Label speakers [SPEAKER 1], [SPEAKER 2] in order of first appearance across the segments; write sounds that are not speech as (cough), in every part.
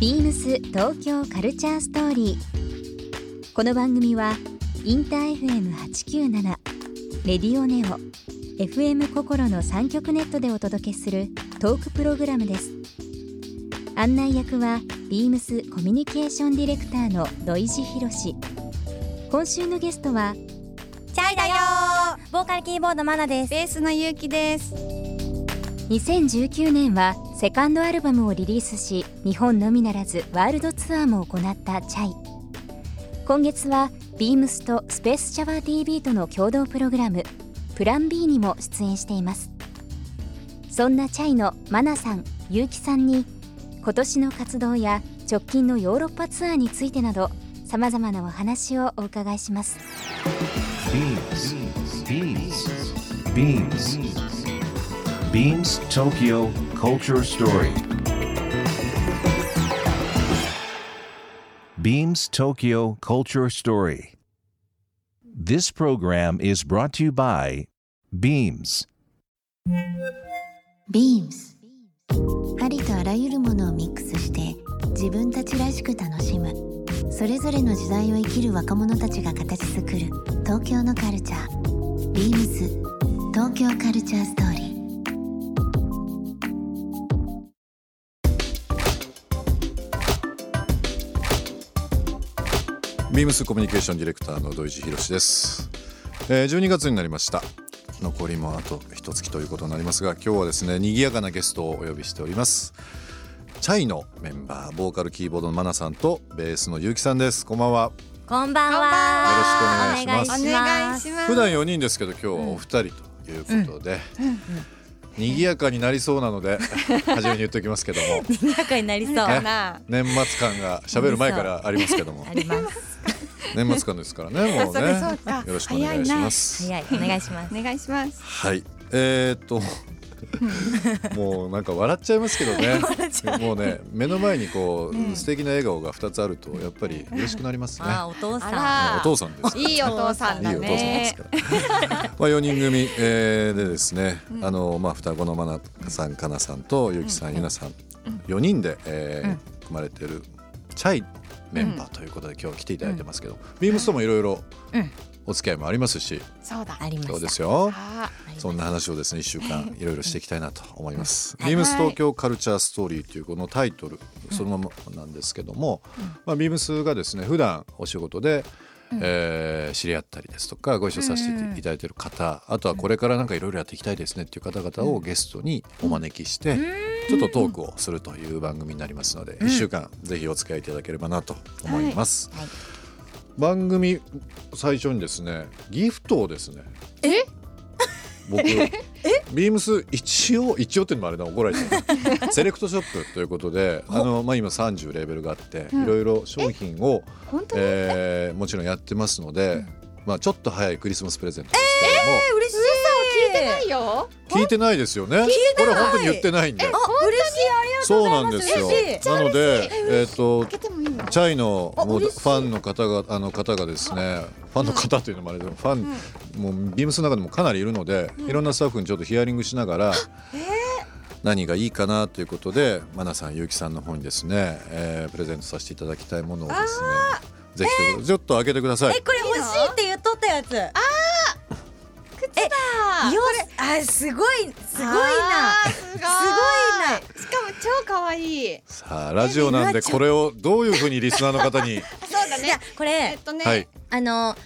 [SPEAKER 1] ビームス東京カルチャーストーリー。この番組はインター FM897 レディオネオ FM 心の三極ネットでお届けするトークプログラムです。案内役はビームスコミュニケーションディレクターの土井博志。今週のゲストは
[SPEAKER 2] チャイだよ
[SPEAKER 3] ボーカルキーボードマナです
[SPEAKER 4] ベースのゆうきです
[SPEAKER 1] 2019年はセカンドアルバムをリリースし日本のみならずワールドツアーも行ったチャイ今月はビームスとスペースシャワー TV との共同プログラムプラン B にも出演していますそんなチャイのマナさんゆうきさんに今年の活動や直近のヨーロッパツアーについてなどさまざまなお話をお伺いします
[SPEAKER 5] ビームスビームスビームスビームス東京カルチャーストーリービームス東京カルチャーストーリー This program is brought to you by Beams
[SPEAKER 6] Beams ありとあらゆるものをミックスして自分たちらしく楽しむそれぞれの時代を生きる若者たちが形作る東京のカルチャービームス東京カルチャーストーリー
[SPEAKER 7] ビームスコミュニケーションディレクターの土井博史です、えー、12月になりました残りもあと一月ということになりますが今日はですね賑やかなゲストをお呼びしておりますチャイのメンバーボーカルキーボードのマナさんとベースのゆうきさんですこんばんは
[SPEAKER 3] こんばん
[SPEAKER 7] はよろしくお願いします
[SPEAKER 3] お願いします
[SPEAKER 7] 普段4人ですけど今日はお二人ということで、うんうんうん賑やかになりそうなので初めに言っておきますけども
[SPEAKER 3] 賑やかになりそう、ね、
[SPEAKER 7] 年末感が喋る前 (laughs) からありますけども年末感ですからねもうねよろしくお願いします
[SPEAKER 3] 早いお願いします
[SPEAKER 4] お願いします
[SPEAKER 7] はいえ (laughs) ー、っともうなんか (laughs) 笑っちゃいますけどねもうね目の前にこう、うん、素敵な笑顔が2つあるとやっぱり嬉しくなりますね、
[SPEAKER 3] うん、お父さ
[SPEAKER 7] んお父さんです
[SPEAKER 4] いいお父さん、ね、
[SPEAKER 7] いいお父さんですからまあ4人組、えー、でですね、うん、あのまあ双子のまなさんかなさんとゆきさん、うん、ゆなさん4人で、えー、組まれてるチャイメンバーということで今日来ていただいてますけど、ビームスともいろいろお付き合いもありますし、
[SPEAKER 4] そうだ、
[SPEAKER 7] そうですよ。そんな話をですね、一週間いろいろしていきたいなと思います。ビームス東京カルチャーストーリーというこのタイトル、そのままなんですけども、まあビームスがですね、普段お仕事で。えー、知り合ったりですとかご一緒させていただいている方、あとはこれからなんかいろいろやっていきたいですねっていう方々をゲストにお招きして、ちょっとトークをするという番組になりますので、う1週間ぜひお付き合いいただければなと思います。番組最初にですねギフトをですね
[SPEAKER 4] え
[SPEAKER 7] 僕ビームス一応一応っていうのもあれだ怒られて (laughs) るセレクトショップということであの、まあ、今30レーベルがあって、うん、いろいろ商品をえ、えー、もちろんやってますので、うん、まあ、ちょっと早いクリスマスプレゼントですけども、
[SPEAKER 4] えー、嬉しい聞いてないよ
[SPEAKER 7] 聞いてないですよねこれ本当に言ってないんでそうなんですよなのでえっ、ー、とチャイのもうファンの方があの方がですねファンの方というのもあれでもファン、うん、もうビームスの中でもかなりいるので、うん、いろんなスタッフにちょっとヒアリングしながら、えー、何がいいかなということでマナさんゆうきさんの方にですね、えー、プレゼントさせていただきたいものをですねぜひ、えー、ちょっと開けてください
[SPEAKER 3] えこれ欲しいって言っとったやつあ
[SPEAKER 4] え
[SPEAKER 3] よあすごいすごいな
[SPEAKER 4] すごいなしかも超可愛い
[SPEAKER 7] さあラジオなんでこれをどういうふうにリスナーの方に
[SPEAKER 4] そうだね
[SPEAKER 3] これ、えっとね、はい、あの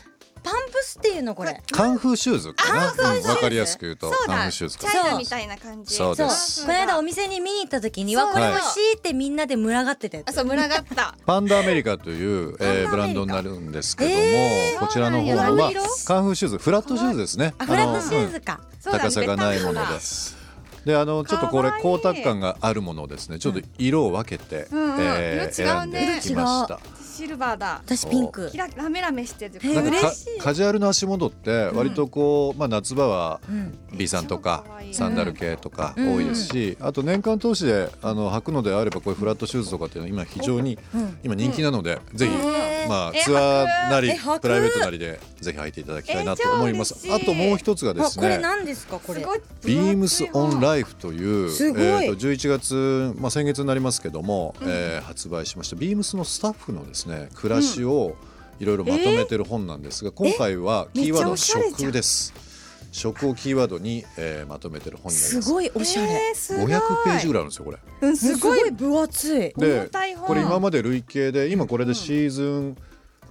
[SPEAKER 3] パンプスっていうのこれ
[SPEAKER 7] カンフーシューズかなわ、うん、かりやすく言うとカンフーシューズ
[SPEAKER 4] チャイナみたいな感じ
[SPEAKER 7] そうです
[SPEAKER 3] この間お店に見に行った時にはこれ欲しいってみんなで群がってたや
[SPEAKER 4] つそう群がった
[SPEAKER 7] パンダアメリカという、えー、ブランドになるんですけども、えー、こちらの方はカンフーシューズフラットシューズですね
[SPEAKER 3] フラットシューズか、
[SPEAKER 7] うん、高さがないものです。であのちょっとこれ光沢感があるものをですねちょっと色を分けて、うん、えー、選んできました。
[SPEAKER 4] シルバーだ
[SPEAKER 3] 私ピンク
[SPEAKER 4] キララメラメしてる
[SPEAKER 3] え
[SPEAKER 7] なんかか
[SPEAKER 3] 嬉
[SPEAKER 7] カジュアルな足元って割とこう、まあ、夏場は
[SPEAKER 3] うん、
[SPEAKER 7] B さんとか
[SPEAKER 4] 超可愛い
[SPEAKER 7] サンダル系とか
[SPEAKER 3] うん
[SPEAKER 7] 多いですし、あと年間通しであの履くのであればこういうフラットシューズとかっていうのは今非常に
[SPEAKER 3] うん、
[SPEAKER 7] 今人気なので、ぜひ、
[SPEAKER 3] えー
[SPEAKER 7] まあ、
[SPEAKER 4] え
[SPEAKER 7] ツアーなり
[SPEAKER 3] え履く
[SPEAKER 7] プライベートなりでぜひ履いていただきたいなと思います、
[SPEAKER 4] えー超嬉しい
[SPEAKER 7] あともう一つがで
[SPEAKER 3] あ
[SPEAKER 7] す
[SPEAKER 3] これ
[SPEAKER 7] ね
[SPEAKER 3] 何ですかこれ
[SPEAKER 4] すごい
[SPEAKER 7] ビームスオン
[SPEAKER 4] イ
[SPEAKER 7] ライフという
[SPEAKER 3] すごい
[SPEAKER 7] えーと11月、まあ、先月になりますけども、えー発売しましたビームスのスタッフのですね暮らしをいろいろまとめてる本なんですが、今回はキーワードの
[SPEAKER 4] めっちゃおしゃれじゃ
[SPEAKER 7] 食
[SPEAKER 4] ん
[SPEAKER 7] です食をキーワードに、えーまとめてる本になり
[SPEAKER 3] す
[SPEAKER 7] ます
[SPEAKER 3] ごいおしゃれ、
[SPEAKER 4] えー、すごい
[SPEAKER 7] 500ページぐらいあるんですよこれ。
[SPEAKER 4] うんす
[SPEAKER 3] す
[SPEAKER 4] ご
[SPEAKER 3] ご
[SPEAKER 4] い
[SPEAKER 3] い分厚い
[SPEAKER 7] で
[SPEAKER 4] 重たい本
[SPEAKER 7] これ今まで累計で今これでシーズン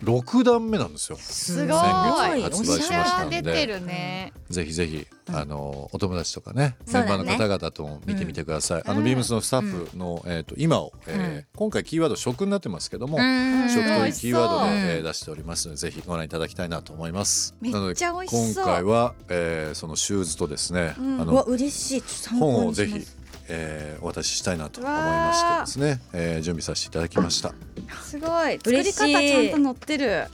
[SPEAKER 7] 6段目なんですよ。
[SPEAKER 4] すごい
[SPEAKER 7] 先月
[SPEAKER 3] お
[SPEAKER 7] 発売し
[SPEAKER 3] し
[SPEAKER 7] ま
[SPEAKER 3] ゃ
[SPEAKER 7] した
[SPEAKER 4] 出
[SPEAKER 3] れ
[SPEAKER 4] てるね
[SPEAKER 7] ぜひぜひ、あのお友達とかね
[SPEAKER 3] そ
[SPEAKER 7] メ
[SPEAKER 3] う
[SPEAKER 7] ンバー
[SPEAKER 3] だね
[SPEAKER 7] の方々とも見てみてください、
[SPEAKER 4] うん
[SPEAKER 7] あのビームスのスタッフの、えー、と今を、えー
[SPEAKER 3] うん
[SPEAKER 7] 今回キーワード食になってますけども、
[SPEAKER 3] うん
[SPEAKER 7] 食と
[SPEAKER 4] 美
[SPEAKER 7] いう
[SPEAKER 4] 味し
[SPEAKER 7] キーワードで、
[SPEAKER 3] そう
[SPEAKER 7] えー出しておりますのでぜひご覧いただきたいなと思います
[SPEAKER 4] めっちゃ美味しそう
[SPEAKER 7] なので今回は、えーそのシューズとですね、
[SPEAKER 4] うん
[SPEAKER 7] あ
[SPEAKER 3] うわ
[SPEAKER 7] の
[SPEAKER 3] 嬉しいちょっと参考にします
[SPEAKER 7] 本をぜひ、えーお渡ししたいなと思いましてですね、えー準備させていただきました
[SPEAKER 4] すごい作り
[SPEAKER 3] 嬉しい
[SPEAKER 4] 方ちゃんと載ってる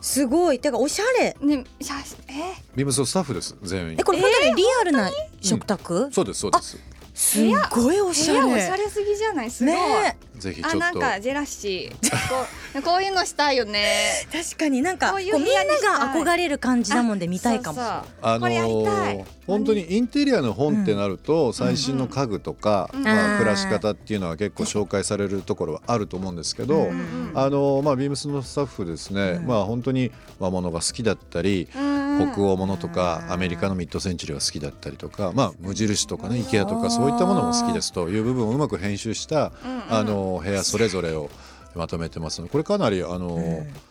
[SPEAKER 3] すごいてかおしゃれ
[SPEAKER 4] ね写真え
[SPEAKER 7] ビームスのスタッフです全員
[SPEAKER 3] えこれ本当にリアルな食卓、
[SPEAKER 7] そうですそうです
[SPEAKER 3] すっごいおし
[SPEAKER 4] 部
[SPEAKER 3] ゃ
[SPEAKER 4] 屋
[SPEAKER 3] れ
[SPEAKER 4] おしゃれすぎじゃないすごい、
[SPEAKER 3] ね
[SPEAKER 7] ぜひちょっ
[SPEAKER 4] あ
[SPEAKER 7] と
[SPEAKER 4] なんかジェラシ
[SPEAKER 7] (laughs)
[SPEAKER 4] ーこうこういうのしたいよね
[SPEAKER 3] え確かになんか
[SPEAKER 4] こ
[SPEAKER 3] こ
[SPEAKER 4] う
[SPEAKER 3] う
[SPEAKER 4] いう
[SPEAKER 3] みん
[SPEAKER 4] 部屋にしたい
[SPEAKER 3] なが憧れる感じだもんで見たいかも
[SPEAKER 4] そう
[SPEAKER 7] あ
[SPEAKER 4] これやりたい
[SPEAKER 7] 本当にインテリアの本ってなると、最新の家具とか、
[SPEAKER 4] うん
[SPEAKER 7] まあ、
[SPEAKER 3] あー
[SPEAKER 7] 暮らし方っていうのは結構紹介されるところはあると思うんですけど、
[SPEAKER 3] うん
[SPEAKER 7] あのまあ、ビームスのスタッフですね、
[SPEAKER 3] うん
[SPEAKER 7] まあ、本当に和物が好きだったり、北
[SPEAKER 4] 欧
[SPEAKER 7] 欧ものとかアメリカのミッドセンチュリーが好きだったりとか、まあ、無印とかね IKEA とかそういったものも好きですという部分をうまく編集した、あの部屋それぞれをまとめてますのでこれかなりあの、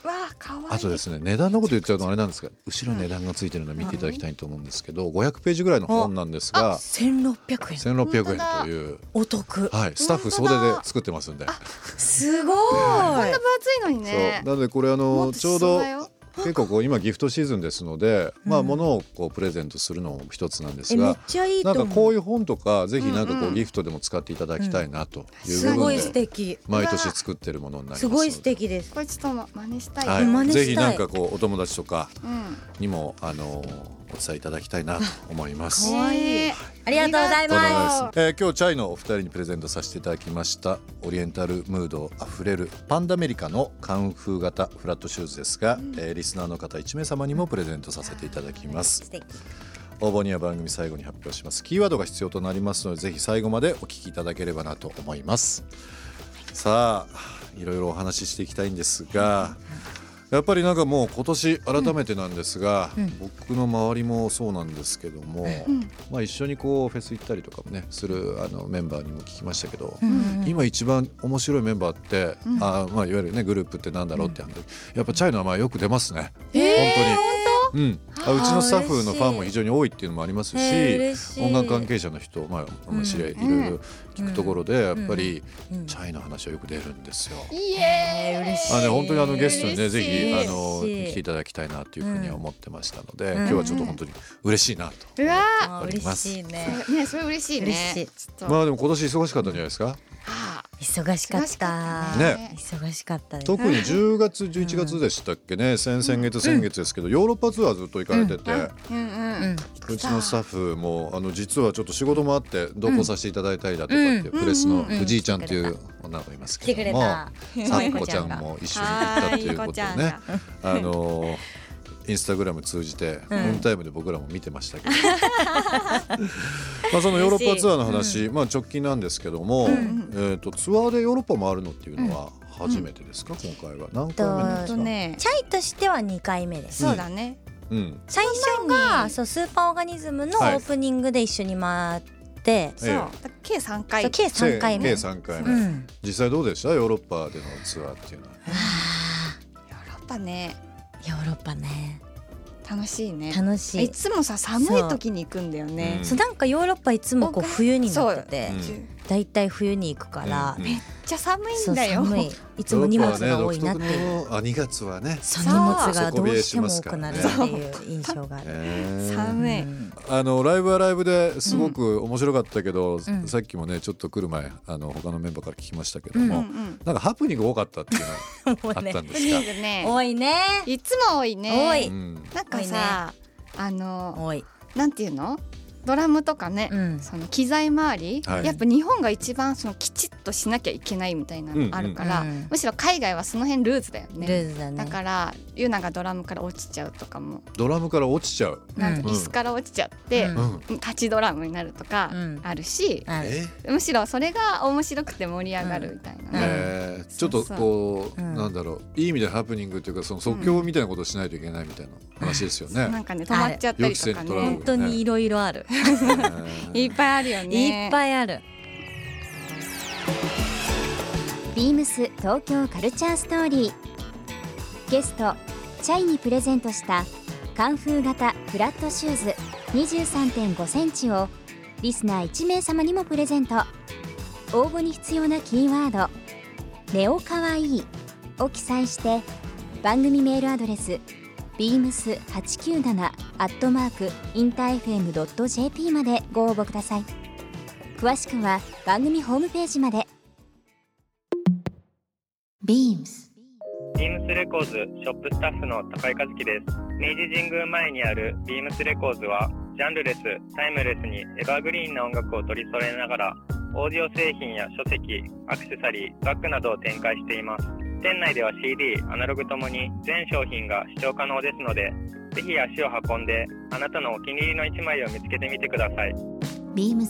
[SPEAKER 4] わあかわいい
[SPEAKER 7] あとですね値段のこと言っちゃうとあれなんですが後ろに値段がついてるの見ていただきたいと思うんですけど500ページぐらいの本なんですが
[SPEAKER 3] 千六百円
[SPEAKER 7] 1600円という、
[SPEAKER 3] お得
[SPEAKER 7] はい、スタッフ総出で作ってますんで、
[SPEAKER 3] すごい
[SPEAKER 4] こんな分厚いのにね
[SPEAKER 7] そうなのでこれあ
[SPEAKER 4] も
[SPEAKER 7] の
[SPEAKER 4] っと
[SPEAKER 7] ちょう
[SPEAKER 4] 裾
[SPEAKER 7] ど
[SPEAKER 4] だよ
[SPEAKER 7] 結構こう今ギフトシーズンですので、まあ物をこうプレゼントするのも一つなんです
[SPEAKER 3] えめっ
[SPEAKER 7] が。
[SPEAKER 3] ちゃいい
[SPEAKER 7] なん
[SPEAKER 3] と思
[SPEAKER 7] か
[SPEAKER 3] う
[SPEAKER 7] こういう本とかぜひなんか
[SPEAKER 4] うん
[SPEAKER 7] こ
[SPEAKER 4] う
[SPEAKER 7] うんギフトでも使っていただきたいなという
[SPEAKER 3] す
[SPEAKER 7] 部
[SPEAKER 3] ごい
[SPEAKER 7] 分
[SPEAKER 3] 素
[SPEAKER 7] で
[SPEAKER 3] 敵
[SPEAKER 7] 毎年作ってるものになります
[SPEAKER 3] す
[SPEAKER 7] ので。
[SPEAKER 3] ごい素敵です
[SPEAKER 4] これちょっと真似したい、
[SPEAKER 7] は
[SPEAKER 3] 真
[SPEAKER 7] い、
[SPEAKER 3] 似したい
[SPEAKER 7] ぜひなんかこうお友達とか
[SPEAKER 4] うん
[SPEAKER 7] にもあのお伝えいただきたいなと思います。
[SPEAKER 3] 可愛い
[SPEAKER 4] えー
[SPEAKER 3] ありがとうござい
[SPEAKER 7] とんでも
[SPEAKER 3] ま
[SPEAKER 7] ないですえー今日チャイのお二人にプレゼントさせていただきましたオリエンタルムードあふれるパンダメリカのカンフー型フラットシューズですが、えーリスナーの方1名様にもプレゼントさせていただきます
[SPEAKER 3] す素敵
[SPEAKER 7] 応募には番組最後に発表しますキーワードが必要となりますのでぜひ最後までお聞きいただければなと思いますさあいろいろお話ししていきたいんですがやっぱりなんかもう今年改めてなんですが、僕の周りもそうなんですけども、まあ、一緒にこうフェス行ったりとかもねするあのメンバーにも聞きましたけど、今一番面白いメンバーって、あーまあ、いわゆるねグループってなんだろうって、やっぱチャイの名前よく出ますね、本当に、うん、あうちのスタッフのファンも非常に多いっていうのもありますし,、
[SPEAKER 3] へー嬉しい
[SPEAKER 7] 音楽関係者の人、まあ、まあ知り合いいろいろ聞くところで、やっぱり、チャイの話はよく出るんですよ。
[SPEAKER 4] イエーイ
[SPEAKER 3] えー嬉しい
[SPEAKER 7] あね、本当にあのゲストにね
[SPEAKER 4] 嬉
[SPEAKER 7] ぜ
[SPEAKER 4] し
[SPEAKER 7] ひ
[SPEAKER 4] い
[SPEAKER 7] あの
[SPEAKER 3] 嬉しい
[SPEAKER 7] 来ていただきたいなというふうには思ってましたので、今日はちょっと本当に嬉しいなと
[SPEAKER 4] うわ
[SPEAKER 7] あ
[SPEAKER 3] あ
[SPEAKER 7] り
[SPEAKER 3] 嬉
[SPEAKER 7] ます
[SPEAKER 3] しいね
[SPEAKER 4] ーねそれ嬉しいね
[SPEAKER 3] 嬉しい
[SPEAKER 4] ちょっと、
[SPEAKER 7] まあでも今年忙しかったんじゃないですか。
[SPEAKER 4] はあ
[SPEAKER 3] 忙しか
[SPEAKER 4] 忙
[SPEAKER 3] っ
[SPEAKER 4] しかったた
[SPEAKER 7] ね
[SPEAKER 3] 忙しかったです
[SPEAKER 7] 特に10月11月でしたっけね、先々月先月ですけど、ヨーロッパツアーずっと行かれてて、
[SPEAKER 4] うんうん
[SPEAKER 7] うちのスタッフもあの実はちょっと仕事もあって同行させていただいたりだとかっていう、プレスの藤井ちゃんっていう女がいますけども、
[SPEAKER 3] 来てくれた
[SPEAKER 7] さっこちゃんも一緒に行ったっていうことをね
[SPEAKER 4] は
[SPEAKER 7] あのインスタグラム通じてオンタイムで僕らも見てましたけど、 (laughs) まあそのヨーロッパツアーの話、まあ直近なんですけども、えっ、とツアーでヨーロッパ回るのっていうのは初めてですか、今回は何回目なん
[SPEAKER 4] え
[SPEAKER 7] です
[SPEAKER 4] っと
[SPEAKER 7] か、
[SPEAKER 4] ね
[SPEAKER 3] チャイとしては二回目です
[SPEAKER 4] そうだね
[SPEAKER 7] うん、
[SPEAKER 3] 最初がそうスーパーオーガニズムのオ
[SPEAKER 7] はい
[SPEAKER 3] ープニングで一緒に回って、
[SPEAKER 4] そう
[SPEAKER 7] ええ
[SPEAKER 4] だから計三
[SPEAKER 3] そう
[SPEAKER 4] 回
[SPEAKER 3] 計三回目
[SPEAKER 7] 計3回目、
[SPEAKER 3] うん
[SPEAKER 7] 実際どうでしたヨーロッパでのツアーっていうのは
[SPEAKER 4] ヨーロッパね
[SPEAKER 3] ヨーロッパね
[SPEAKER 4] 楽しいね
[SPEAKER 3] 楽し
[SPEAKER 4] い
[SPEAKER 3] い
[SPEAKER 4] つもさ寒い時に行くんだよね
[SPEAKER 7] うん
[SPEAKER 3] そうなんかヨーロッパいつもこう
[SPEAKER 4] 僕
[SPEAKER 3] 冬になってて
[SPEAKER 7] そう
[SPEAKER 4] じゅ
[SPEAKER 3] だいたい冬に行くから、
[SPEAKER 7] うん
[SPEAKER 4] めっちゃ寒い
[SPEAKER 3] そ
[SPEAKER 4] ん
[SPEAKER 3] う
[SPEAKER 4] だよ
[SPEAKER 3] 寒いいつも荷物が多いなっていう、
[SPEAKER 7] ヨーロッパはね独特のあ2月はね、
[SPEAKER 3] そう荷物がどうしても
[SPEAKER 7] そう
[SPEAKER 3] 多くなるっていう印象がある。
[SPEAKER 7] えー
[SPEAKER 4] 寒い、
[SPEAKER 7] あのライブはライブですごく面白かったけど、
[SPEAKER 3] ん
[SPEAKER 7] さっきもねちょっと来る前あの他のメンバーから聞きましたけども、
[SPEAKER 4] うんうん
[SPEAKER 7] なんかハプニング多かったっていうの
[SPEAKER 3] もう
[SPEAKER 7] があっ
[SPEAKER 3] ね
[SPEAKER 7] たんです
[SPEAKER 4] ニ
[SPEAKER 7] が、
[SPEAKER 4] ーズね
[SPEAKER 3] 多いね。
[SPEAKER 4] いつも多いね
[SPEAKER 3] 多
[SPEAKER 7] う
[SPEAKER 3] い
[SPEAKER 7] ん、
[SPEAKER 4] なんかさ、あの
[SPEAKER 3] 多い。
[SPEAKER 4] なんていうのドラムとかね、
[SPEAKER 3] うん。
[SPEAKER 4] その機材周り、
[SPEAKER 7] はい
[SPEAKER 4] やっぱ日本が一番そのきちっとしなきゃいけないみたいなのあるから、
[SPEAKER 3] うんうんうん
[SPEAKER 4] むしろ海外はその辺ルーズだよ
[SPEAKER 3] ル
[SPEAKER 4] ね
[SPEAKER 3] ーズだね。
[SPEAKER 4] だからユナがドラムから落ちちゃうとかも、
[SPEAKER 7] ドラムから落ちちゃう、
[SPEAKER 4] なん
[SPEAKER 3] うん
[SPEAKER 4] か椅子から落ちちゃって、
[SPEAKER 7] うん、
[SPEAKER 4] 立ちドラムになるとか
[SPEAKER 3] うん
[SPEAKER 4] あるし、
[SPEAKER 3] ある
[SPEAKER 7] え
[SPEAKER 4] むしろそれが面白くて盛り上がるみたいな
[SPEAKER 3] うん
[SPEAKER 4] ね、
[SPEAKER 7] えーちょっとこう、
[SPEAKER 3] うん
[SPEAKER 7] なんだろういい意味でハプニングっていうかその即興みたいなことをしないといけないみたいな話ですよね。
[SPEAKER 4] なんかね止まっちゃったりとか
[SPEAKER 7] 予期せぬトラブ
[SPEAKER 4] ね
[SPEAKER 7] ル
[SPEAKER 3] 本当にいろいろある。
[SPEAKER 4] いっぱいあるよね
[SPEAKER 3] いっぱいある。
[SPEAKER 1] ビームス東京カルチャーストーリーゲストチャイにプレゼントしたカンフー型フラットシューズ23.5センチをリスナー1名様にもプレゼント応募に必要なキーワード「ネオかわいい」を記載して番組メールアドレス beams897 アットマークインター FM.jp までご応募ください詳しくは番組ホームページまで
[SPEAKER 6] Beams
[SPEAKER 2] ビームスレコーズショップスタッフの高井和樹です明治神宮前にあるビームスレコーズはジャンルレスタイムレスにエバーグリーンな音楽を取り揃えながらオーディオ製品や書籍アクセサリーバッグなどを展開しています店内では CD アナログともに全商品が視聴可能ですのでぜひ足を運んであなたのお気に入りの一枚を見つけてみてください
[SPEAKER 6] Beams